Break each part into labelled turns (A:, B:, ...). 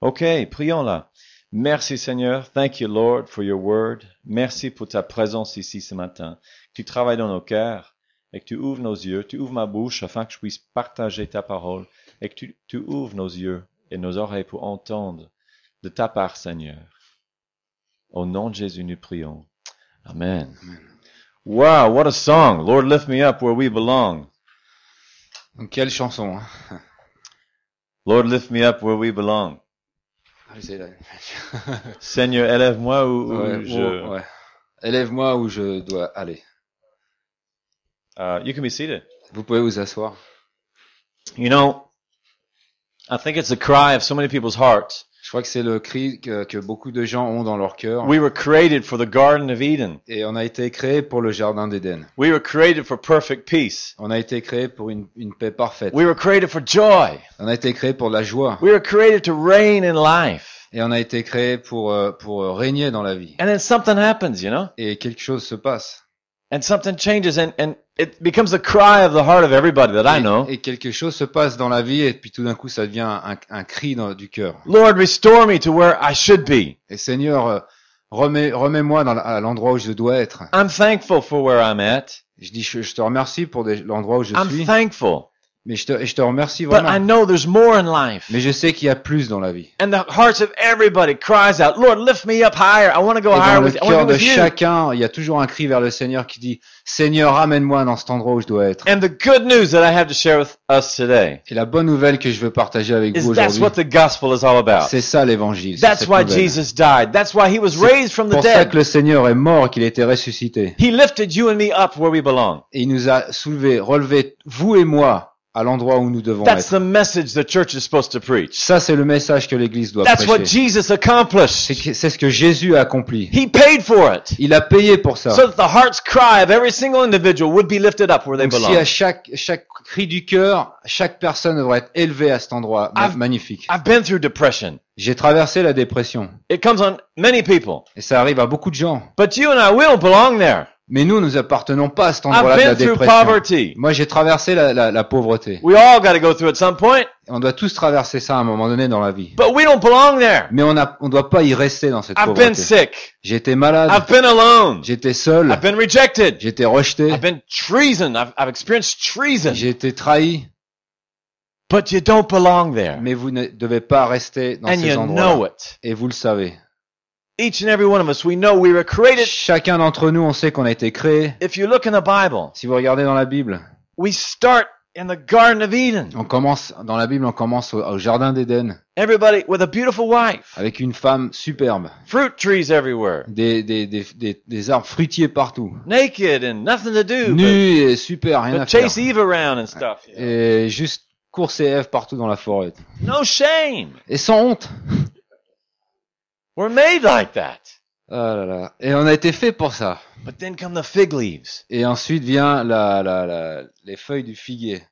A: OK, prions là. Merci Seigneur. Thank you Lord for your word. Merci pour ta présence ici ce matin. Tu travailles dans nos cœurs et que tu ouvres nos yeux, tu ouvres ma bouche afin que je puisse partager ta parole et que tu, tu ouvres nos yeux et nos oreilles pour entendre de ta part Seigneur. Au nom de Jésus nous prions. Amen. Wow, what a song. Lord lift me up where we belong.
B: Donc, quelle chanson, hein
A: Lord lift me up where we belong.
B: Ah, j'essaie de-
A: Seigneur, élève-moi où, où
B: Ouais,
A: je...
B: ouais. Élève-moi où je dois aller.
A: Uh, you can be seated.
B: Vous pouvez vous asseoir.
A: You know, I think it's the cry of so many people's hearts.
B: Je crois que c'est le cri que, que beaucoup de gens ont dans leur cœur.
A: We were created for the Garden of Eden.
B: Et on a été créé pour le jardin d'Éden.
A: We were created for perfect peace.
B: On a été créé pour une, une paix parfaite.
A: We were created for joy.
B: On a été créé pour la joie.
A: We were created to reign in life.
B: Et on a été créé pour, euh, pour euh, régner dans la vie.
A: And then something happens, you know?
B: Et quelque chose se passe.
A: And something changes and, and it becomes the cry of the heart of everybody that I know.
B: Et, et quelque chose se passe dans la vie et puis tout d'un coup ça devient un, un cri dans- du cœur.
A: Lord, restore me to where I should be.
B: Et Seigneur, euh, remets, remets-moi dans la- à l'endroit où je dois être.
A: I'm thankful for where I'm at.
B: Je dis, je, je te remercie pour des- l'endroit où je
A: I'm
B: suis,
A: thankful.
B: mais je te, et je te remercie
A: But I
B: vraiment.
A: know there's more in life.
B: Mais je sais qu'il y a plus dans la vie.
A: And the hearts of everybody cries out, Lord, lift me up higher. I want to
B: Et
A: go higher
B: dans le
A: with, Oh, I want to
B: cœur
A: be
B: de
A: with you.
B: chacun, il y a toujours un cri vers le Seigneur qui dit, Seigneur, ramène-moi dans cet endroit où je dois être.
A: And the good news that I have to share with us today
B: Et la bonne nouvelle que je veux partager avec
A: is
B: vous
A: that's
B: aujourd'hui,
A: what the gospel is all about.
B: c'est ça l'évangile. c'est
A: That's
B: cette
A: why
B: nouvelle.
A: Jesus died. That's why he was
B: C'est
A: raised from the
B: pour ça que
A: dead.
B: le Seigneur est mort, et qu'il a été ressuscité.
A: He lifted you and me up where we belong.
B: Et il nous a soulevés, relevés, vous et moi, à l'endroit où nous devons
A: That's
B: être.
A: the message the church is supposed to preach.
B: Ça, c'est le message que l'Église doit
A: That's what
B: prêcher.
A: Jesus
B: C'est
A: accomplished.
B: que- C'est ce que Jésus a accompli.
A: He paid for it.
B: Il a payé pour ça.
A: So that the heart's cry of every single individual would be lifted up where they
B: Donc, si à
A: belong.
B: chaque, chaque cri du cœur, chaque personne devrait être élevée à cet endroit ma-
A: I've-
B: magnifique.
A: I've been through depression.
B: J'ai traversé la dépression
A: It comes on many people.
B: et ça arrive à beaucoup de gens.
A: But you and I will belong there.
B: Mais nous, nous appartenons pas à cet endroit-là
A: I've
B: de la
A: been through
B: dépression.
A: poverty.
B: Moi, j'ai traversé la, la- la pauvreté.
A: We all got to go through at some point,
B: On doit tous traverser ça à un moment donné dans la vie.
A: but we don't belong there.
B: Mais on ne on doit pas y rester dans cette
A: I've been
B: pauvreté.
A: sick.
B: J'étais malade,
A: I've been alone.
B: j'étais seul,
A: I've been rejected.
B: j'étais rejeté,
A: I've been treason. I've, I've experienced treason.
B: j'ai été trahi.
A: But you don't belong there.
B: Mais vous ne devez pas rester dans
A: And
B: ces
A: you
B: endroits.
A: know it.
B: Et vous le savez.
A: Each and every one of us, we know we were created.
B: Chacun d'entre nous, on sait qu'on a été créé.
A: If you look in the Bible,
B: Si vous regardez dans la Bible,
A: we start in the Garden of Eden.
B: On commence dans la Bible, on commence au, au jardin d'Éden
A: Everybody with a beautiful wife,
B: avec une femme superbe,
A: fruit trees everywhere,
B: des, des, des, des, des arbres fruitiers partout,
A: naked and nothing to do
B: nue
A: but,
B: et super, rien
A: but
B: à faire,
A: chase Eve around and stuff. you know.
B: et juste course et Ève partout dans la forêt,
A: No shame.
B: et sans honte.
A: We're made like that.
B: Ah là là. Et on a été fait pour ça.
A: But then come the fig leaves,
B: Et ensuite vient la, la, la, les feuilles du figuier,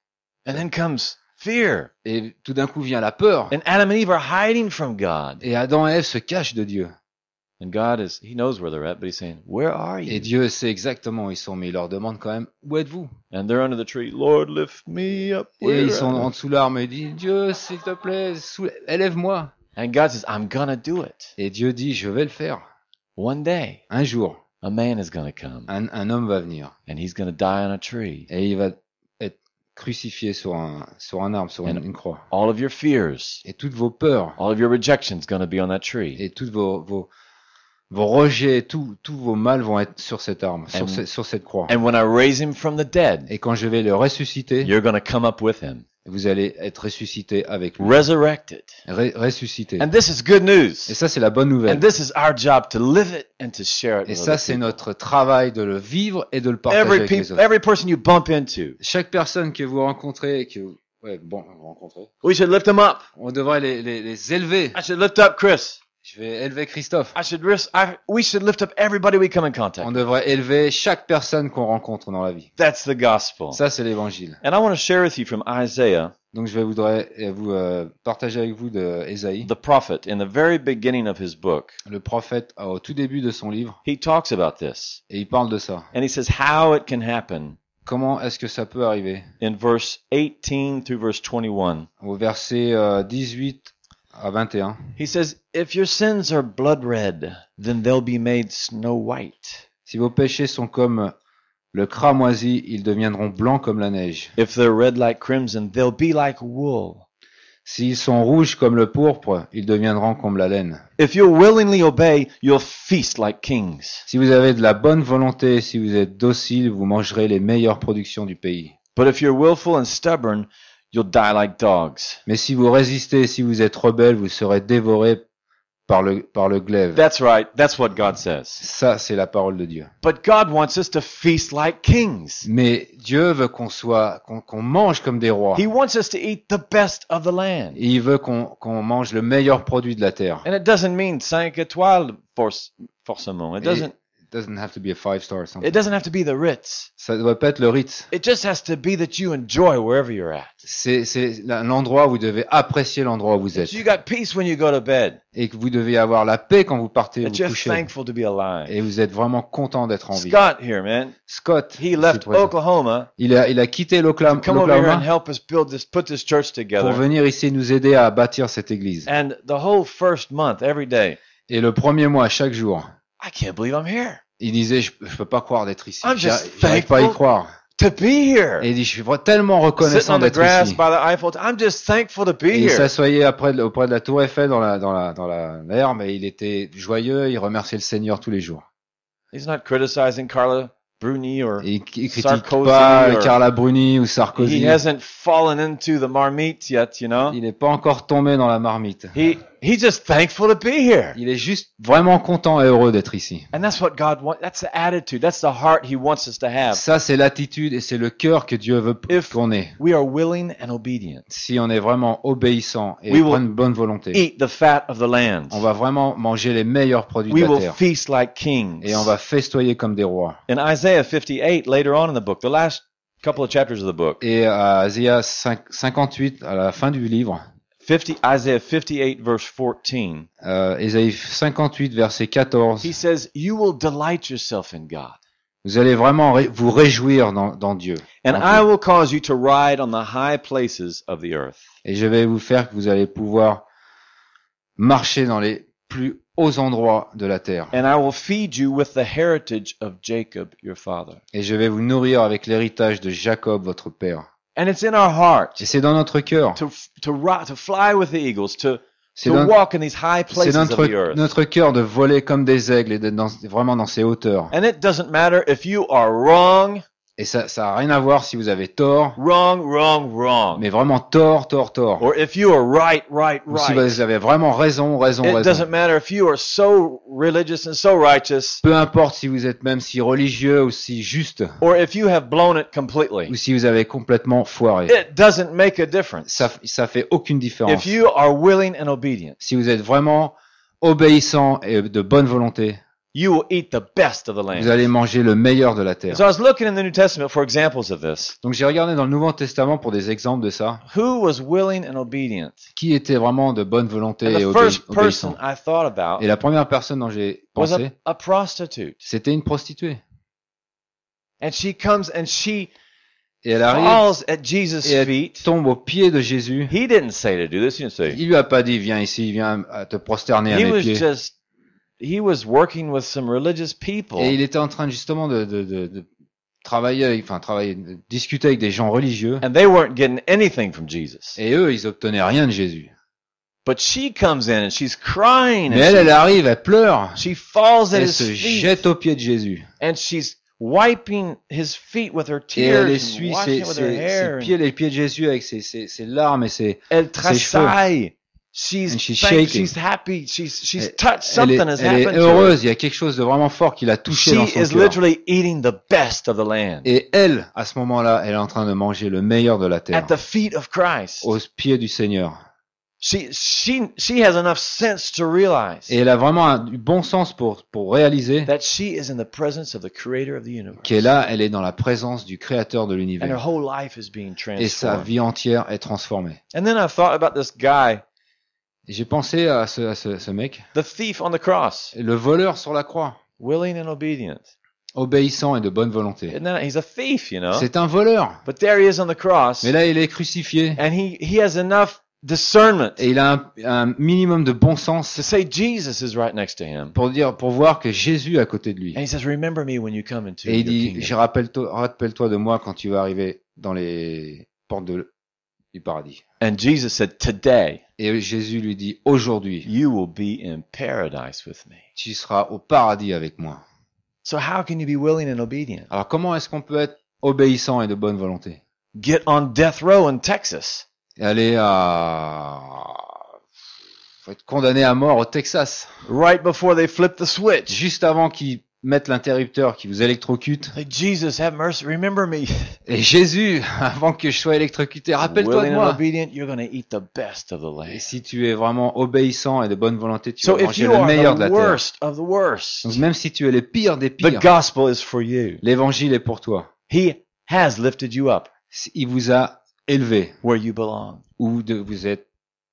A: and then comes fear.
B: et tout d'un coup vient la peur.
A: And Adam and Eve are hiding from God.
B: Et Adam et Ève se cachent de Dieu.
A: And God is, He knows where they're at, but He's saying, Where are
B: Et
A: you?
B: Dieu sait exactement où ils sont, mais il leur demande quand même où êtes-vous.
A: And they're under the tree, Lord, lift me up.
B: Et
A: where
B: ils sont
A: I-"
B: en dessous l'arme et ils disent Dieu, s'il te plaît, soule- élève-moi.
A: And God says, I'm going to do it.
B: Et Dieu dit, je vais le faire.
A: One day,
B: Un jour,
A: a man is going to come,
B: un, un homme va venir
A: and he's going to die on a tree.
B: et il va être crucifié sur un, sur un arbre, sur une, une croix.
A: All of your fears,
B: Et toutes vos peurs,
A: all of your rejections going to be on that tree.
B: et toutes vos, vos, vos rejets, tous tous vos mal vont être sur cette arme,
A: And-
B: sur, ce- sur cette croix.
A: And when I raise him from the dead,
B: Et quand je vais le ressusciter,
A: you're going to come up with him,
B: vous allez être ressuscité avec lui.
A: resurrected.
B: Ré- ressuscité.
A: And this is good news.
B: Et ça, c'est la bonne
A: And
B: nouvelle.
A: this is our job to live it and to share it.
B: Et
A: with
B: ça,
A: other
B: c'est
A: people.
B: notre travail de le vivre et de le partager
A: Every
B: avec les
A: people,
B: autres.
A: every person you bump into,
B: Chaque personne que vous rencontrez, et que vous... Ouais, bon, vous rencontrez.
A: we should lift them up.
B: On devrait les, les, les élever.
A: I should lift up Chris.
B: Je vais élever Christophe.
A: I should risk. I, we should lift up everybody we come in contact.
B: On
A: with.
B: devrait élever chaque personne qu'on rencontre dans la vie.
A: That's the gospel.
B: Ça, c'est l'évangile.
A: And I want to share with you from Isaiah,
B: Donc, je vais voudrais euh, vous euh, partager avec vous de Ésaïe,
A: the prophet, in the very beginning of his book.
B: le prophète, euh, au tout début de son livre,
A: He talks about this,
B: et il parle de ça.
A: and he says how it can happen
B: Comment est-ce que ça peut arriver
A: in verse 18 through verse 21.
B: Au verset euh, 18 à 21.
A: He says, If your sins are blood red, then they'll be made snow white.
B: Si vos péchés sont comme le crin moisi, ils deviendront blancs comme la neige.
A: If they're red like crimson, they'll be like wool.
B: S'ils sont rouges comme le pourpre, ils deviendront comme la laine.
A: If you'll willingly obey, you'll feast like kings.
B: Si vous avez de la bonne volonté, si vous êtes docile, vous mangerez les meilleures productions du pays.
A: But if you're willful and stubborn, you'll die like dogs.
B: Mais si vous résistez, si vous êtes rebelle, vous serez dévoré par le, par le glaive.
A: That's right, that's what God says.
B: Ça, c'est la parole de Dieu.
A: But God wants us to feast like kings.
B: Mais Dieu veut qu'on soit, qu'on qu'on mange comme des rois.
A: He wants us to eat the best of the land.
B: Et il veut qu'on qu'on mange le meilleur produit de la terre.
A: And it doesn't mean cinq étoiles, force, forcément. It doesn't,
B: It doesn't have to be a five star or something.
A: it doesn't have to be the Ritz.
B: Ça doit pas être le rite.
A: It just has to be that you enjoy wherever you're at.
B: C'est c'est la- l'endroit où vous devez apprécier l'endroit où vous êtes
A: That you got peace when you go to bed.
B: et que vous devez avoir la paix quand vous partez vous
A: That you're
B: coucher
A: thankful to be alive.
B: et vous êtes vraiment content d'être en vie.
A: Scott here, man.
B: Scott,
A: He
B: c'est
A: left
B: présent.
A: Oklahoma
B: il a il a quitté l'Oklahoma
A: to come over here and
B: l'Oklahoma
A: help us build this, put this church
B: pour
A: together.
B: venir ici nous aider à bâtir cette église.
A: And the whole first month, every day,
B: Et le premier mois chaque jour,
A: I can't believe I'm here.
B: il disait je, je peux pas croire d'être ici.
A: I'm
B: J'y
A: just
B: arri- J'arrive pas à y
A: thankful.
B: croire.
A: To be
B: Et
A: here.
B: il dit je suis vra- tellement
A: Sitting
B: reconnaissant
A: on the
B: d'être
A: grass
B: ici.
A: by the Eiffel Tower. I'm just thankful to be
B: Et il
A: here.
B: s'assoyait après de- auprès de la tour Eiffel dans la dans la dans la l'herbe et il était joyeux, il remerciait le Seigneur tous les jours.
A: He's not criticizing Carla Bruni or
B: Et il il critique
A: Sarkozy
B: pas
A: or-
B: Carla Bruni ou
A: he
B: Sarkozy.
A: hasn't fallen into the marmite yet, you know.
B: Il n'est pas encore tombé dans la marmite.
A: He he's just thankful to be here.
B: Il est juste vraiment content et heureux d'être ici.
A: And that's what God wants. That's the attitude. That's the heart he wants us to have.
B: Ça, c'est l'attitude et c'est le cœur que Dieu veut p-
A: If-
B: qu'on ait.
A: We are willing and obedient.
B: Si on est vraiment obéissant et
A: We will
B: prend une bonne volonté,
A: Eat the fat of the land.
B: on va vraiment manger les meilleurs produits
A: We
B: de la
A: will
B: terre
A: feast like kings.
B: et on va festoyer comme des rois.
A: In Isaiah 58, later on in the book, the last couple of chapters of the book,
B: Et euh, à Asia 5 58, à la fin du livre,
A: 50, Isaiah 58, verse 14,
B: euh, Ésaïe 58, verset 14,
A: he says, You will delight yourself in God,
B: vous allez vraiment ré- vous réjouir dans, dans Dieu.
A: and
B: Ok.
A: I will cause you to ride on the high places of the earth.
B: Et je vais vous faire que vous allez pouvoir marcher dans les plus hauts endroits de la terre.
A: And I will feed you with the heritage of Jacob your father.
B: Et je vais vous nourrir avec l'héritage de Jacob, votre père.
A: And it's in our heart
B: Et c'est dans notre cœur.
A: to to ri- to fly with the eagles, to
B: C'est
A: to
B: dans,
A: walk in these high
B: c'est
A: places of
B: notre,
A: the earth.
B: notre cœur de voler comme des aigles et d'être dans- vraiment dans ces hauteurs.
A: And it doesn't matter if you are wrong,
B: Et ça, ça a rien à voir si vous avez tort,
A: wrong, wrong, wrong,
B: mais vraiment tort, tort, tort.
A: or if you are right, right,
B: Ou si
A: right.
B: vous avez vraiment raison, raison,
A: It
B: raison.
A: doesn't matter if you are so religious and so righteous,
B: Peu importe si vous êtes même si religieux ou si juste,
A: or if you have blown it
B: ou
A: completely.
B: si vous avez complètement foiré.
A: It doesn't make a difference
B: Ça, ça fait aucune différence.
A: if you are willing and obedient.
B: si vous êtes vraiment obéissant et de bonne volonté,
A: You will eat the best of the
B: vous
A: land.
B: allez manger le meilleur de la terre.
A: So I was looking in the New Testament for examples of this.
B: Donc j'ai regardé dans le Nouveau Testament pour des exemples de ça.
A: who was willing and obedient?
B: Qui était vraiment de bonne volonté
A: And
B: et
A: the
B: obé-
A: first person
B: obéissant.
A: I thought about
B: Ah. Et la première personne dont j'ai
A: was a,
B: pensé,
A: a prostitute.
B: c'était une prostituée.
A: And she comes and she
B: Et elle arrive,
A: falls at Jesus'
B: et elle
A: feet.
B: tombe aux pieds de Jésus.
A: He didn't say to do this, he didn't say.
B: Il lui a pas dit viens ici, viens à te prosterner à
A: He
B: mes
A: was
B: pieds.
A: just he was working with some religious people
B: Et il était en train justement de, de, de, de travailler, avec- enfin travailler, de discuter avec des gens religieux.
A: and they weren't getting anything from Jesus.
B: Et eux, ils obtenaient rien de Jésus.
A: But she comes in and she's crying
B: Mais elle, elle
A: and
B: arrive, elle pleure.
A: she, she falls at
B: Elle
A: his
B: se
A: feet
B: jette aux pieds de Jésus.
A: and she's wiping his feet with her
B: Et elle
A: tears and
B: essuie
A: washing
B: ses,
A: it with her
B: ses-
A: hair.
B: ses
A: and-
B: pieds, les pieds de Jésus avec ses, ses- ses larmes et ses,
A: Elle
B: ses cheveux.
A: tressaille. She's,
B: And she's
A: thank-
B: shaking.
A: she's happy. She's she's
B: Elle-
A: touched.
B: elle
A: Something
B: est,
A: has
B: elle est
A: happened to her.
B: heureuse. Il y a quelque chose de vraiment fort qui l'a touchée
A: She
B: dans son
A: is
B: cœur.
A: literally eating the best of the land
B: Et elle, à ce moment-là, elle est en train de manger le meilleur de la terre,
A: at the feet of Christ.
B: aux pieds du Seigneur.
A: She she she has enough sense to realize
B: Et elle a vraiment un- du bon sens pour, pour réaliser
A: that she is in the presence of the Creator of the universe,
B: qu'elle là, elle est dans la présence du Créateur
A: and
B: de
A: her
B: l'univers.
A: whole life is being
B: Et sa
A: transformed.
B: vie entière est transformée.
A: And then I thought about this guy,
B: Et J'ai pensé à ce, à ce- ce mec,
A: the thief on the cross,
B: le voleur sur la croix,
A: willing and obedient.
B: obéissant et de bonne volonté.
A: And then he's a thief, you know.
B: C'est un voleur.
A: But there he is on the cross,
B: Mais là, il est crucifié.
A: and he he has enough discernment
B: Et il a un, un minimum de bon sens
A: to say Jesus is right next to him.
B: pour dire, pour voir que Jésus est à côté de lui.
A: And he says, Remember me when you come into
B: Et
A: your
B: il dit, je
A: kingdom.
B: rappelle toi- rappelle-toi de moi quand tu vas arriver dans les portes de- du paradis.
A: And Jesus said, Today
B: Et Jésus lui dit, aujourd'hui,
A: you will be in paradise with me.
B: tu seras au paradis avec moi.
A: So how can you be willing and obedient?
B: Alors comment est-ce qu'on peut être obéissant et de bonne volonté
A: Get on death row in Texas.
B: Et Aller à... Faut être condamné à mort au Texas.
A: Right before they flip the switch.
B: Juste avant qu'ils mettent l'interrupteur qui vous électrocute.
A: Say, Jesus, have mercy. Remember me.
B: Et Jésus, avant que je sois électrocuté, rappelle-toi
A: willing
B: de
A: and
B: moi.
A: obedient, you're going to eat the best of the
B: Et
A: land.
B: si tu es vraiment obéissant et de bonne volonté, tu
A: So
B: vas
A: if
B: manger
A: you
B: le
A: are
B: meilleur de
A: the
B: la terre.
A: worst of the worst,
B: Donc même si tu es le pire des
A: the
B: pires,
A: gospel is for you.
B: l'évangile est pour toi.
A: He has lifted you up
B: Il vous a élevé
A: where you belong.
B: où de- vous êtes,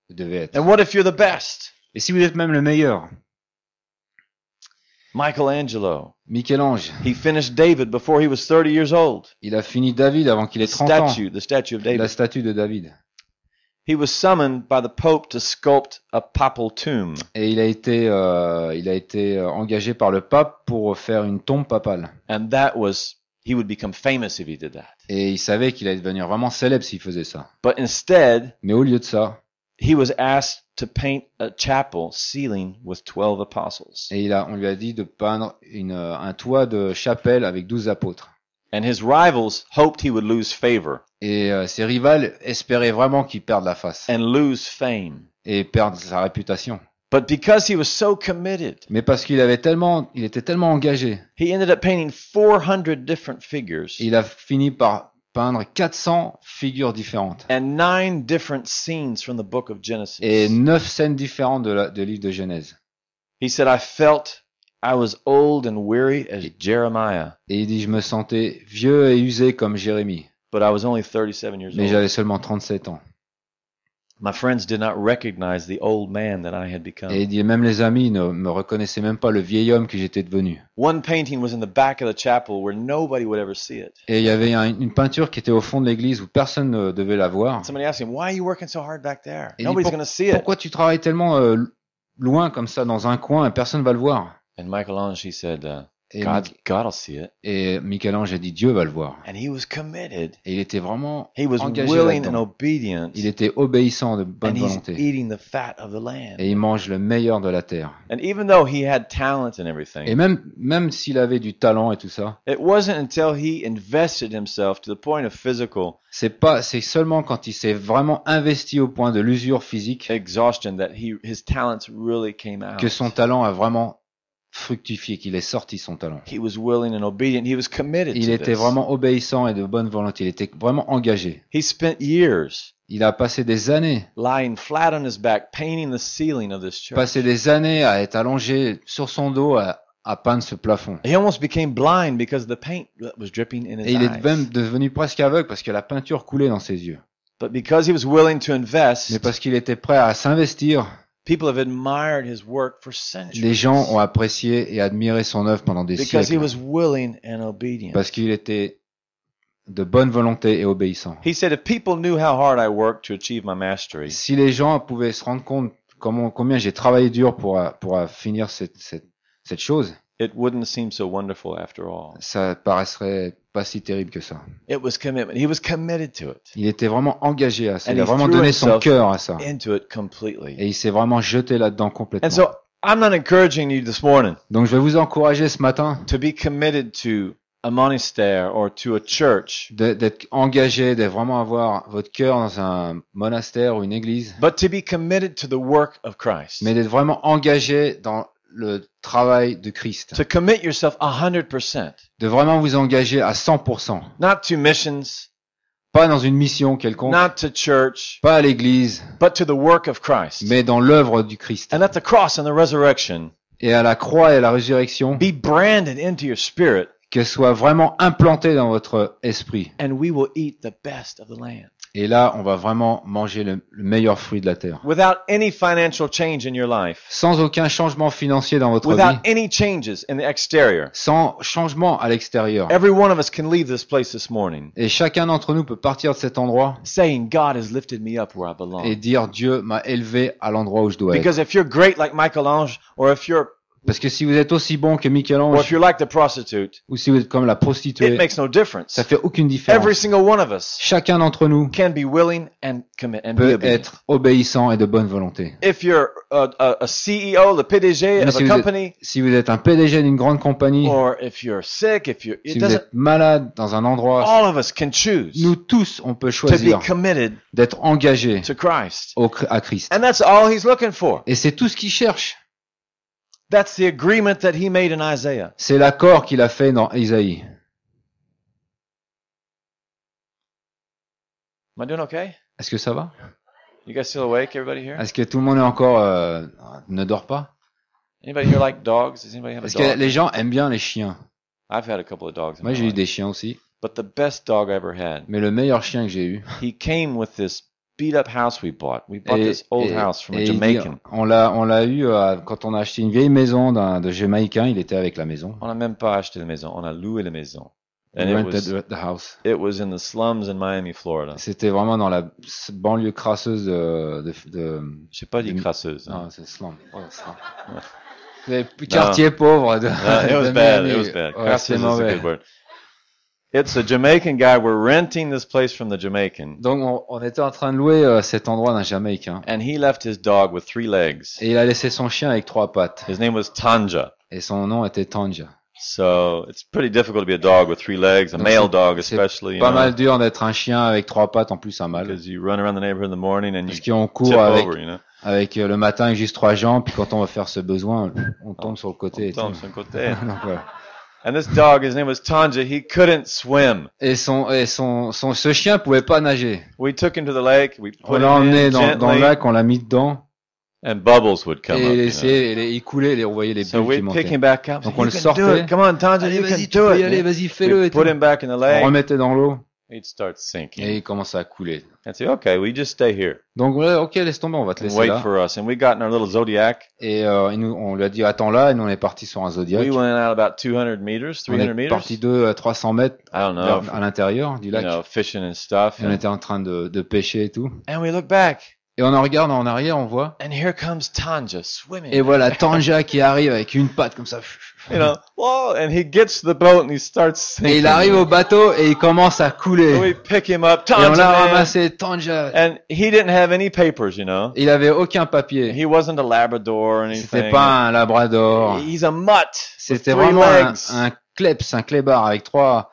B: vous devez être.
A: And what if you're the best?
B: Et si vous êtes même le meilleur,
A: Michelangelo.
B: Michel-Ange,
A: He finished David before he was 30 years old.
B: il a fini David avant qu'il ait 30 ans.
A: Statue, the statue of
B: La
A: David.
B: statue de David.
A: He was summoned by the Pope to sculpt a papal tomb.
B: Et il a été, euh, il a été euh, engagé par le pape pour faire une tombe papale.
A: And that was, he would become famous if he did that.
B: Et il savait qu'il allait devenir vraiment célèbre s'il faisait ça.
A: But instead,
B: Mais au lieu de ça,
A: he was asked to paint a chapel ceiling with 12 apostles.
B: et il a, on lui a dit de peindre une, euh, un toit de chapelle avec 12 apôtres.
A: And his rivals hoped he would lose favor
B: Et euh, ses rivales espéraient vraiment qu'il perde la face
A: and lose fame.
B: et perde sa réputation.
A: But because he was so committed,
B: Mais parce qu'il avait tellement, il était tellement engagé,
A: he ended up painting 400 different figures
B: il a fini par peindre 400 figures différentes
A: and nine different scenes from the book of
B: et
A: Genesis.
B: neuf scènes différentes de, la, de livre de Genèse.
A: He said, I felt I was old and weary as Jeremiah,
B: Et il dit, je me sentais vieux et usé comme Jérémie,
A: but I was only 37 years
B: mais
A: old.
B: j'avais seulement 37 ans.
A: My friends did not recognize the old man that I had
B: Et il
A: become.
B: dit, même les amis ne me reconnaissaient même pas le vieil homme que j'étais devenu.
A: One painting was in the back of the chapel where nobody would ever see it.
B: Et il y avait un- une peinture qui était au fond de l'église où personne ne devait la voir.
A: Somebody asked him, "Why are you working so hard back there?
B: Et il dit,
A: Nobody's
B: "Pour-
A: going to see it."
B: Pourquoi tu travailles tellement euh, loin comme ça dans un coin et personne va le voir
A: And Michelangelo he said, uh,
B: Et,
A: "God, God'll see it."
B: et Michel-Ange a dit, Dieu va le voir.
A: And he was committed.
B: Et il était vraiment
A: He was
B: engagé
A: willing and
B: là-dedans.
A: obedient,
B: Il était obéissant de bonne
A: and he's
B: volonté.
A: eating the fat of the land.
B: Et il mange le meilleur de la terre.
A: And even though he had talent and
B: Et
A: everything,
B: même, même s'il avait du talent et tout ça,
A: it wasn't until he invested himself to the point of physical
B: c'est pas, c'est seulement quand il s'est vraiment investi au point de l'usure physique
A: exhaustion that he his talents really came out.
B: que son talent a vraiment fructifié, qu'il est sorti son talent.
A: He was willing and obedient. He was committed.
B: Il
A: to
B: était
A: this.
B: vraiment obéissant et de bonne volonté. Il était vraiment engagé.
A: He spent years
B: Il a passé des années,
A: lying flat on his back, painting the ceiling of this church.
B: passé des années à être allongé sur son dos à, à peindre ce plafond.
A: He almost became blind because the paint that was dripping in his
B: Et il est
A: eyes.
B: même devenu presque aveugle parce que la peinture coulait dans ses yeux.
A: But because he was willing to
B: Mais
A: invest,
B: parce qu'il était prêt à s'investir,
A: people have admired his work for centuries.
B: les gens ont apprécié et admiré son œuvre pendant des
A: because he
B: siècles.
A: was willing and obedient.
B: Parce qu'il était de bonne volonté et obéissant.
A: he said, if people knew how hard I worked to achieve my mastery,
B: Si les gens pouvaient se rendre compte comment, combien j'ai travaillé dur pour, euh, pour euh, finir cette, cette, cette chose,
A: it wouldn't seem so wonderful after all.
B: ça paraîtrait pas si terrible que ça.
A: It was commitment. He was committed to it,
B: Il était vraiment engagé à ça.
A: And
B: Il a
A: he
B: vraiment
A: threw
B: donné son
A: himself
B: cœur à ça.
A: into it completely.
B: Et il s'est vraiment jeté là-dedans complètement.
A: And so I'm not encouraging you this morning
B: Donc je vais vous encourager ce matin
A: to be committed to a monastère or to a church,
B: de- d'être engagé, de vraiment avoir votre cœur dans un monastère ou une église,
A: but to be committed to the work of Christ.
B: mais d'être vraiment engagé dans le travail de Christ.
A: to commit yourself 100%,
B: De vraiment vous engager à 100%.
A: not to missions,
B: Pas dans une mission quelconque,
A: not to church,
B: pas à l'église,
A: but to the work of Christ.
B: mais dans l'œuvre du Christ.
A: And at the cross and the resurrection,
B: Et à la croix et à la résurrection,
A: be branded into your spirit,
B: qu'elle soit vraiment implantée dans votre esprit.
A: and we will eat the best of the land.
B: Et là, on va vraiment manger le, le meilleur fruit de la terre.
A: without any financial change in your life,
B: Sans aucun changement financier dans votre vie,
A: without any changes in the exterior.
B: sans changement à l'extérieur.
A: Every one of us can leave this place this morning
B: Et chacun d'entre nous peut partir de cet endroit
A: saying, God has lifted me up where I
B: et
A: belong.
B: dire Dieu m'a élevé à l'endroit où je dois être.
A: Because if you're great like Michelangelo, or if you're
B: Parce que si vous êtes aussi bon que
A: or if
B: Michel-Ange
A: you're like the prostitute,
B: ou si vous êtes comme la
A: it
B: prostituée,
A: makes no difference.
B: ça fait aucune
A: Every
B: différence.
A: single one of us
B: Chacun d'entre nous
A: can be willing and commit and be
B: peut
A: obedient.
B: être obéissant et de bonne volonté.
A: If you're a, a, a CEO, the PDG of
B: Monsieur,
A: a
B: vous
A: company,
B: Si vous êtes un PDG d'une grande compagnie,
A: or if you're sick, if you're, Oh, it
B: si vous
A: doesn't.
B: êtes malade dans un endroit,
A: All of us can choose
B: nous tous, on peut
A: to be
B: choisir
A: committed
B: d'être engagés
A: to Christ,
B: au, à Christ.
A: and that's all He's looking for.
B: Et c'est tout ce qu'il cherche.
A: That's the agreement that He made in Isaiah.
B: C'est l'accord qu'il a fait dans Isaïe.
A: Am I doing okay?
B: Est-ce que ça va
A: You guys still awake? Everybody here?
B: Est-ce que tout le monde est encore euh, ne dort pas
A: Anybody here like dogs? Does anybody have a
B: Parce que
A: dog?
B: les gens aiment bien les chiens.
A: I've had a couple of dogs. In
B: Moi,
A: my
B: j'ai eu
A: life.
B: des chiens aussi.
A: But the best dog I ever had,
B: Mais le meilleur chien que j'ai eu,
A: he came with this beat up house we bought. We bought
B: et-
A: this old
B: et-
A: house from
B: et
A: a
B: il dit-
A: Jamaican.
B: on l'a, on l'a eu euh, quand on a acheté une vieille maison d'un de Jamaïcain. Il était avec la maison.
A: On n'a même pas acheté la maison, on a loué la maison. And
B: We
A: it
B: rented
A: was,
B: the- the house.
A: it was in the slums in Miami, Florida.
B: C'était vraiment dans la s- banlieue crasseuse de, de, de-
A: Je sais pas dit
B: Mm.
A: crasseuse. hein.
B: non, c'est slum. Oh, slum. Les p- quartiers pauvres de.
A: Uh, it
B: de
A: was bad. It
B: Miami.
A: was bad.
B: Ouais,
A: Crasseuse
B: c'est
A: is a
B: mauvais.
A: good word. It's a Jamaican guy. We're renting this place from the Jamaican,
B: Donc, on, on était en train de louer euh, cet endroit d'un Jamaïcain.
A: and he left his dog with three legs.
B: Et il a laissé son chien avec trois pattes.
A: His name was Tanja.
B: Et son nom était Tanja.
A: So it's pretty difficult to be a dog with three legs, a
B: Donc,
A: male
B: c'est-
A: dog
B: c'est
A: especially, you
B: Pas
A: know,
B: mal dur d'être un chien avec trois pattes, en plus un mâle.
A: because you run around the neighborhood in the morning and you
B: Parce qu'on
A: tip
B: court avec,
A: over, you know.
B: avec euh, le matin avec juste trois jambes, puis quand on va faire ce besoin, on tombe sur le côté. et
A: Tombe
B: tout.
A: sur le côté.
B: Donc, voilà.
A: And this dog, his name was Tanja. He couldn't swim.
B: Et son, et son, son, ce chien pouvait pas nager.
A: We took him to the lake. We
B: On
A: put
B: l'a
A: him
B: emmené
A: in
B: dans, dans
A: gently,
B: le lac, on l'a mis dedans,
A: and bubbles would
B: et
A: come up.
B: il
A: you know.
B: essayait, et les- il coulait, les- on voyait les
A: So
B: bulles qui
A: we'd pick
B: montaient.
A: him back up.
B: Donc,
A: you
B: on le
A: can do
B: sortait.
A: it. Come on, Tanja,
B: Allez,
A: you
B: vas-y,
A: can
B: tu
A: do
B: peux y aller,
A: it.
B: vas-y, fais-le.
A: We
B: et tout.
A: put him back in the
B: On
A: lake.
B: remettait dans l'eau,
A: He'd start sinking.
B: et il commençait à couler.
A: I'd say, okay, well, you just stay here
B: Donc, voilà, ok, laisse tomber, on va te
A: and
B: laisser
A: wait
B: là.
A: for us. And we got in our little Zodiac.
B: Et euh, il nous, on lui a dit, attends là, et nous on est parti sur un Zodiac.
A: We went out about 200 meters,
B: on
A: 300
B: est
A: meters. Ah,
B: parti de à 300 mètres
A: I don't know.
B: vers- à l'intérieur du
A: you
B: lac.
A: know, fishing and stuff.
B: Et on
A: And,
B: était en train de, de pêcher et tout.
A: and we look back,
B: Et on en regarde en arrière, on voit.
A: and here comes Tanja swimming.
B: Et voilà Tanja qui arrive avec une patte comme ça.
A: you know, whoa, and he gets to the boat and he starts
B: Et
A: sinking.
B: il arrive au bateau et il commence à
A: So
B: couler.
A: we pick him up,
B: Et on
A: Tanja,
B: l'a
A: man.
B: ramassé, Tanja.
A: and he didn't have any papers, you know.
B: Il avait aucun papier.
A: He wasn't a Labrador or
B: C'était
A: anything.
B: pas un labrador.
A: He's a mutt.
B: C'était
A: three
B: vraiment un,
A: legs.
B: un kleps, un clébard avec trois,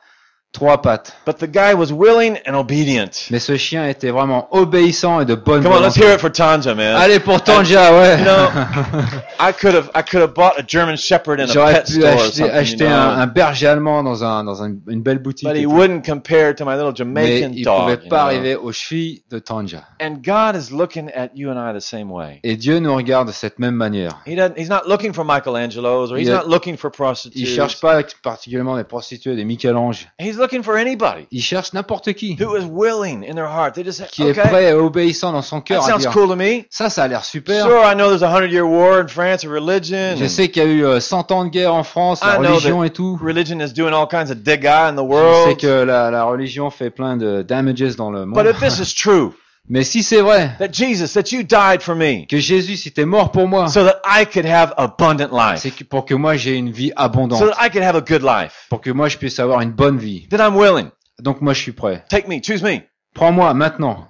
B: trois pattes.
A: But the guy was willing and obedient.
B: Mais ce chien était vraiment obéissant et de bonne
A: Come on, let's
B: volonté.
A: hear it for Tanja, man.
B: Allez pour Tanja, ouais.
A: You know, I could have, I could have bought a German Shepherd in a
B: J'aurais
A: pet
B: pu
A: store or
B: acheter,
A: something, you
B: acheter un,
A: know.
B: un berger allemand dans un dans un- une belle boutique,
A: But
B: et
A: he
B: tout.
A: wouldn't compare to my little
B: mais
A: Jamaican
B: il
A: dog.
B: pouvait
A: you
B: pas
A: know.
B: arriver aux chevilles de Tanja.
A: And God is looking at you and I the same way.
B: Et Dieu nous regarde de cette même manière.
A: He doesn't, he's not looking for Michelangelos or he's
B: Il a-
A: not looking for
B: Il
A: prostitutes.
B: cherche pas particulièrement des prostituées, des Michel-Ange.
A: He's looking for anybody
B: Il cherche n'importe qui
A: who is willing in their heart. They just say,
B: qui est
A: okay,
B: prêt et obéissant dans son
A: that
B: cœur à
A: Ah, sounds
B: dire
A: cool to me.
B: ça, ça a l'air super.
A: Sure, I know there's a hundred year war in France of religion.
B: Je
A: and
B: sais qu'il y a eu euh, 100 ans de guerre en France, la
A: I know that-
B: religion et tout.
A: Religion is doing all kinds of dégâts in the
B: Je sais
A: world.
B: que la, la religion fait plein de damages dans le
A: But
B: monde.
A: if this is true,
B: Mais si c'est vrai
A: that Jesus, that you died for me
B: que Jésus, si t'es mort pour moi,
A: so that I could have abundant life,
B: c'est que- pour que moi j'ai une vie
A: so
B: abondante,
A: that I could have a good life,
B: pour que moi je puisse avoir une bonne vie.
A: then I'm willing.
B: Donc moi je suis prêt.
A: Take me, choose me.
B: Prends-moi maintenant.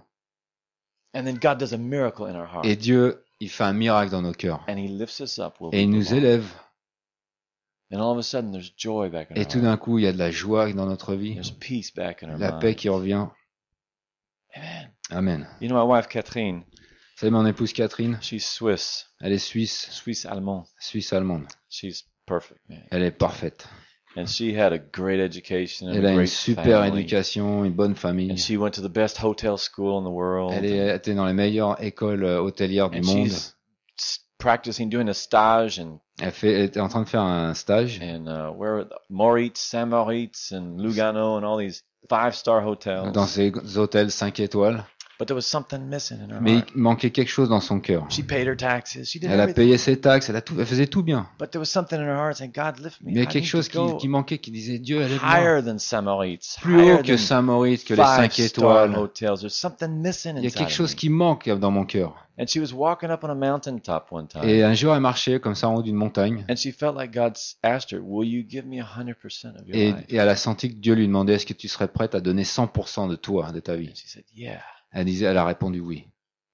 A: And then God does a miracle in our heart.
B: Et Dieu, il fait un miracle dans nos cœurs.
A: and he lifts us up. where we
B: Et il nous
A: belong.
B: élève.
A: And all of a sudden, there's joy back in
B: Et
A: our
B: tout
A: heart.
B: d'un coup, il y a de la joie dans notre vie.
A: There's peace back in our
B: La
A: mind.
B: paix qui revient.
A: Amen.
B: Amen.
A: You know, my wife Catherine,
B: Vous savez, mon épouse Catherine,
A: she's Swiss,
B: elle est suisse,
A: Swiss Allemand.
B: suisse-allemande.
A: She's perfect, man.
B: Elle est parfaite.
A: And she had a great education and
B: Elle
A: a
B: a une
A: great
B: super
A: family.
B: éducation, une bonne
A: And
B: famille.
A: she went to the best hotel school in the world.
B: Elle est, était dans les meilleures écoles euh, hôtelières du
A: and
B: monde.
A: she's s- practicing, doing a stage and
B: Elle, fait, elle était en train de faire un stage
A: and uh, where Moritz, Saint Moritz, and Lugano, and all these five star hotels,
B: dans ces hôtels 5 étoiles,
A: but there was something missing in her
B: mais
A: heart.
B: il manquait quelque chose dans son cœur.
A: She paid her taxes. She did
B: Elle a
A: everything.
B: payé ses taxes, elle, a tout, elle faisait tout bien.
A: But there was something in her heart saying, God, lift me.
B: Mais il y a
A: I
B: quelque
A: need
B: chose
A: to
B: qui,
A: go
B: qui manquait, qui disait Dieu, élève-moi.
A: higher than Samoritz,
B: Plus haut
A: higher
B: que
A: than
B: Saint-Maurice, que les
A: five
B: 5
A: star
B: étoiles.
A: hotels. There's something missing
B: Il y a
A: inside
B: quelque
A: of
B: chose
A: me.
B: qui manque dans mon cœur.
A: And she was walking up on a mountaintop one time.
B: Et un jour, elle marchait comme ça en haut d'une montagne.
A: And she felt like God s- asked her, Will you give me 100% of your
B: Et,
A: life?
B: et elle a senti que Dieu lui demandait est-ce que tu serais prête à donner 100% de toi, de ta vie.
A: And she said, Yeah.
B: Elle disait, elle a répondu oui.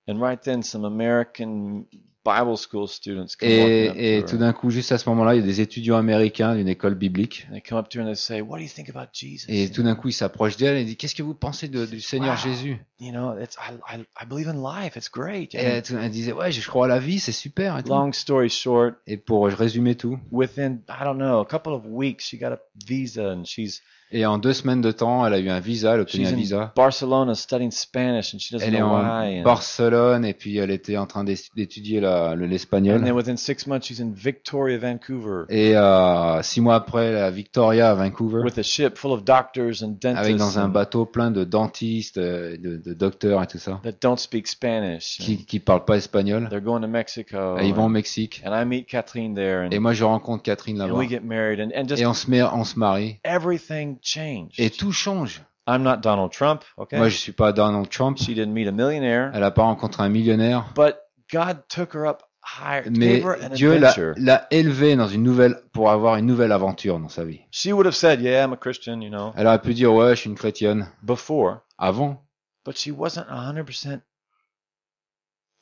A: And right then, some American Bible school students come walking up to
B: Et, et
A: her.
B: tout d'un coup, juste à ce moment-là, il y a des étudiants américains d'une école biblique.
A: And they come up to her and they say, What do you think about Jesus?
B: Et
A: You
B: tout d'un coup, ils s'approchent d'elle et disent qu'est-ce que vous pensez de- du Seigneur
A: Wow.
B: Jésus
A: you know, it's I, I, I believe in life. It's great.
B: Et
A: And
B: elle, elle disait ouais, je crois à la vie, c'est super. Et, tout.
A: long story short,
B: Et pour résumer tout,
A: within I don't know a couple of weeks, she got a visa and she's
B: et en deux semaines de temps, elle a eu un visa, elle a obtenu
A: she's
B: un
A: in
B: visa.
A: Barcelona studying Spanish, and she doesn't
B: Elle est
A: know
B: en
A: why. And,
B: Barcelone et puis elle était en train d'é- d'étudier la- le-
A: and
B: l'espagnol.
A: then within six months, she's in Victoria, Vancouver,
B: Et euh, six mois après, la Victoria à Vancouver.
A: with a ship full of doctors and dentists
B: avec dans un
A: and-
B: bateau plein de dentistes, euh, de, de docteurs et tout ça,
A: that don't speak Spanish.
B: qui qui parlent pas espagnol.
A: And they're going to Mexico.
B: Et ils vont au
A: and,
B: Mexique.
A: and I meet Catherine there, and,
B: Et moi, je rencontre Catherine
A: and
B: là-bas.
A: we get married, and, and just
B: Et on se met, on se marie.
A: everything changed.
B: Et tout change.
A: I'm not Donald Trump, okay?
B: Moi, je suis pas Donald Trump.
A: She didn't meet a millionaire,
B: Elle a pas rencontré un millionnaire.
A: but God took her up higher,
B: Mais
A: gave her an
B: Dieu l'a-
A: adventure.
B: l'a élevée dans une nouvelle, pour avoir une nouvelle aventure dans sa vie.
A: She would have said, "Yeah, I'm a Christian," you know,
B: Elle aurait pu dire, ouais, je suis une chrétienne.
A: before,
B: Avant.
A: but she wasn't 100%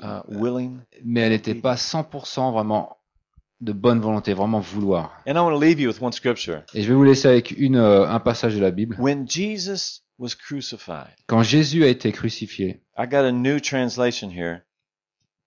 A: uh, willing.
B: Mais elle n'était pas 100% vraiment de bonne volonté, vraiment vouloir.
A: And I want to leave you with one scripture.
B: Et je vais vous laisser avec une, euh, un passage de la Bible.
A: When Jesus was crucified,
B: Quand Jésus a été crucifié,
A: I got a new translation here.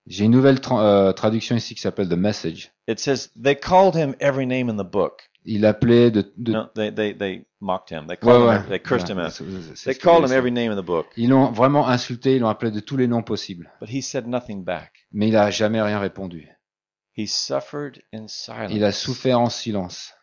B: J'ai une nouvelle tra- euh, traduction ici qui s'appelle The Message.
A: It says they called him every name in the book.
B: Il appelait de... de...
A: No, they they they mocked him. They
B: Ouais,
A: called
B: ouais.
A: him. They cursed him
B: Ouais,
A: out.
B: c'est- c'est- c'est
A: They
B: ce qu'il
A: called him
B: disait.
A: every name in the book,
B: Ils l'ont vraiment insulté, ils l'ont appelé de tous les noms possibles.
A: but he said nothing back.
B: Mais il a jamais rien répondu.
A: He suffered in
B: Il a
A: silence,
B: souffert en silence.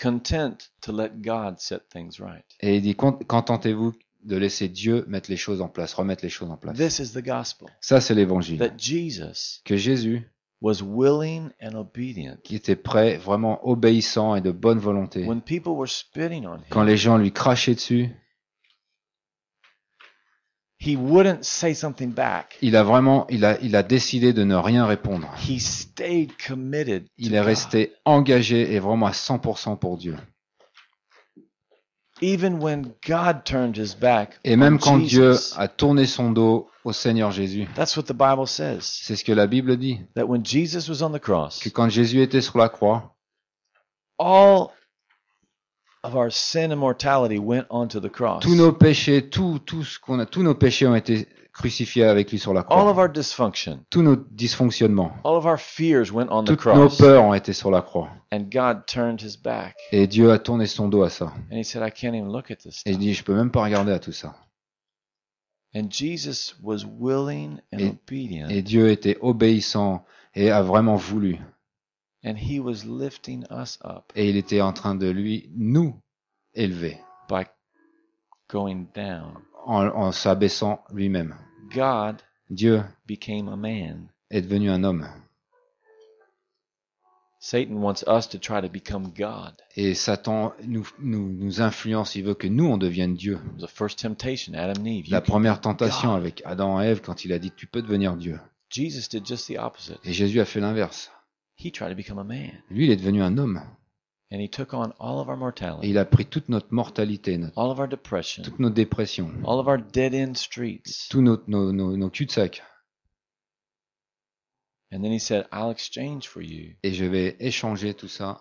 A: content to let God set things right.
B: Et il dit, Con- contentez-vous de laisser Dieu mettre les choses en place, remettre les choses en place.
A: This is the gospel
B: Ça, c'est l'évangile.
A: that Jesus
B: Que Jésus,
A: was willing and obedient.
B: qui était prêt, vraiment obéissant et de bonne volonté,
A: When people were spitting on
B: quand
A: him,
B: les gens lui crachaient dessus,
A: he wouldn't say something back.
B: il a vraiment, il a, il a décidé de ne rien répondre.
A: He stayed committed. to
B: Il est
A: God.
B: resté engagé et vraiment à 100% pour Dieu.
A: Even when God turned his back
B: Et
A: on
B: même quand Dieu
A: Oh, Jesus,
B: a tourné son dos au Seigneur Jésus,
A: that's what the Bible says.
B: c'est ce que la Bible dit,
A: that when Jesus was on the cross,
B: que quand Jésus était sur la croix,
A: all of our sin and mortality went onto the cross.
B: tous nos péchés, tout, tout ce qu'on a, tous nos péchés ont été crucifiés avec lui sur la
A: All
B: croix.
A: of our dysfunction,
B: Tous nos dysfonctionnements,
A: all of our fears went on the
B: toutes nos
A: cross.
B: peurs ont été sur la croix.
A: And God turned his back
B: Et Dieu a tourné son dos à ça.
A: and he said, I can't even look at this.
B: Et il
A: Stuff.
B: dit, je peux même pas regarder à tout ça.
A: And Jesus was willing and
B: Et-
A: obedient
B: Et Dieu était obéissant et a vraiment voulu.
A: and he was lifting us up
B: Et il était en train de lui, nous, élever,
A: by going down.
B: en, en s'abaissant lui-même.
A: God
B: Dieu
A: became a man.
B: est devenu un homme.
A: Satan wants us to try to become God.
B: Et Satan nous, nous, nous influence, il veut que nous, on devienne Dieu.
A: It was the first temptation, Adam and Eve. You
B: La
A: can-
B: première tentation avec Adam et Ève quand il a dit tu peux devenir Dieu.
A: Jesus did just the opposite.
B: Et Jésus a fait l'inverse.
A: He tried to become a man,
B: Lui, il est devenu un homme.
A: and he took on all of our
B: Et
A: mortality,
B: il a pris toute notre mortalité, notre-
A: all of our depression,
B: toutes nos dépressions,
A: all of our dead end streets.
B: tous nos, nos, nos, nos cul-de-sac.
A: And then he said, I'll exchange for you
B: Et je vais échanger tout ça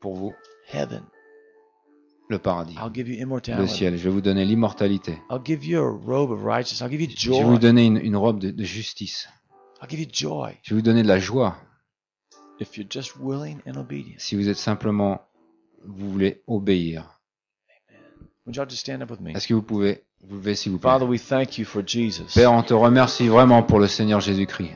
B: pour vous,
A: heaven.
B: le paradis,
A: I'll give you
B: le
A: immortality.
B: ciel. Je vais vous donner l'immortalité.
A: I'll give you a robe of righteousness. I'll give you
B: Je vais vous
A: joy.
B: donner une, une robe de, de justice.
A: I'll give you joy
B: Je vais vous donner de la joie
A: if you're just willing and obedient.
B: si vous êtes simplement, vous voulez obéir.
A: Would y'all just stand up with me?
B: Est-ce que vous pouvez vous lever s'il vous plaît
A: Father, we thank you for Jesus,
B: Père, on te remercie vraiment pour le Seigneur Jésus-Christ,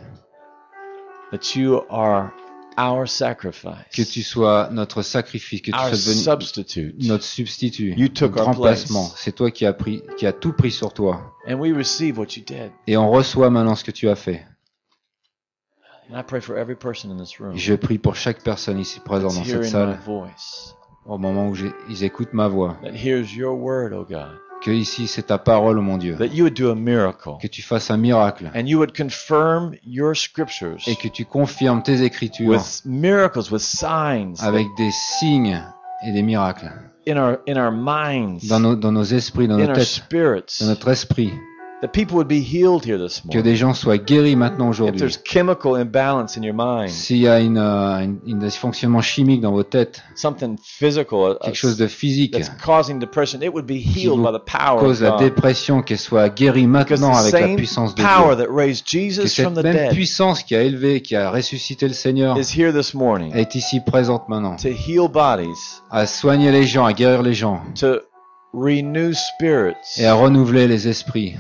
A: that you are our
B: que
A: sacrifice,
B: tu sois notre sacrifice, que tu sois
A: our
B: devenu
A: substitute.
B: notre substitut,
A: Ah, You took
B: notre
A: our place,
B: remplacement. C'est toi qui as pris, qui a tout pris sur toi.
A: and we receive what you did.
B: Et on reçoit maintenant ce que tu as fait.
A: And I pray for every person in this room
B: Je prie pour chaque personne ici présente
A: that's
B: dans cette
A: hearing my
B: salle,
A: voice,
B: au moment où j'ai- ils écoutent ma voix,
A: that hears your word, O God,
B: que ici c'est ta parole, mon Dieu,
A: that you would do a miracle,
B: que tu fasses un miracle
A: and you would confirm your scriptures
B: et que tu confirmes tes écritures
A: with miracles, with signs
B: avec des signes et des miracles
A: in our in our minds,
B: dans nos, dans nos esprits, dans
A: in
B: nos
A: our
B: têtes,
A: spirits,
B: dans notre esprit,
A: that people would be healed here this
B: que
A: morning.
B: des gens soient guéris maintenant
A: If there's
B: aujourd'hui.
A: chemical imbalance in your mind,
B: S'il y a une, euh, une, une- un fonctionnement chimique dans vos têtes,
A: something physical, a- a-
B: quelque chose de physique
A: that's causing depression, it would be healed
B: vous
A: by the power of
B: cause la
A: God.
B: dépression, qu'elle soit guérie
A: Because
B: maintenant
A: the
B: avec la
A: same
B: puissance de
A: power
B: Dieu.
A: that raised
B: Que
A: Jesus from
B: cette
A: the
B: même
A: dead
B: puissance qui a élevé, qui a ressuscité le Seigneur,
A: is here this morning
B: est ici présente maintenant,
A: to heal bodies,
B: à soigner les gens, à guérir les gens,
A: to renew spirits,
B: et à renouveler les esprits,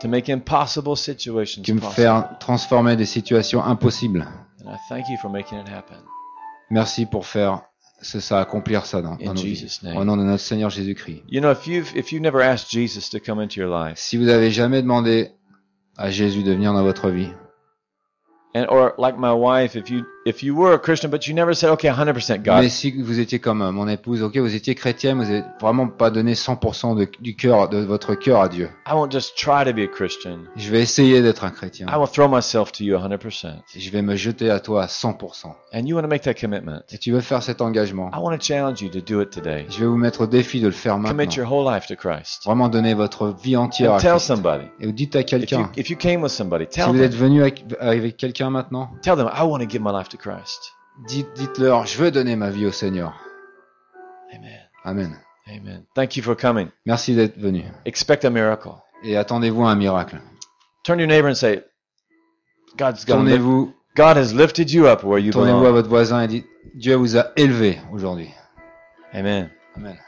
A: to make impossible situations
B: qui me
A: possible.
B: faire transformer des situations impossibles.
A: And I thank you for making it happen.
B: Merci pour faire ce, ça, accomplir ça dans,
A: In
B: dans nos vies.
A: Jesus' name.
B: Au nom de notre Seigneur Jésus-Christ.
A: You know, if you've if you've never asked Jesus to come into your life,
B: Si vous n'avez jamais demandé à Jésus de venir dans votre vie,
A: and or like my wife, if you if you were a Christian but you never said, okay, 100%
B: mais
A: God,
B: si vous étiez comme euh, mon épouse, ok, vous étiez chrétien, mais vous n'avez vraiment pas donné 100% de- du cœur, de votre cœur à Dieu.
A: I won't just try to be a Christian.
B: Je vais essayer d'être un chrétien.
A: I will throw myself to you 100%.
B: Je vais me jeter à toi à 100%.
A: And you want to make that commitment.
B: Si tu veux faire cet engagement,
A: I want to challenge you to do it today.
B: je vais vous mettre au défi de le faire
A: Commit your
B: maintenant.
A: whole life to Christ.
B: Vraiment donner votre vie entière à
A: And tell
B: Christ.
A: somebody.
B: Et vous dites à
A: If you,
B: quelqu'un,
A: if you came with somebody,
B: si
A: tell
B: vous êtes
A: them.
B: venu avec, avec quelqu'un maintenant,
A: Tell them, I want to give my life to Christ.
B: dites- dites-leur, je veux donner ma vie au Seigneur.
A: Amen.
B: Amen.
A: Amen. Thank you for coming.
B: Merci d'être venu.
A: Expect a miracle.
B: Et attendez-vous à un miracle.
A: Turn to your neighbor and say, God's gonna lift-
B: Tournez-vous,
A: God has lifted you up where you
B: tournez-vous à
A: belong.
B: votre voisin et dites, Dieu vous a élevé aujourd'hui.
A: Amen.
B: Amen.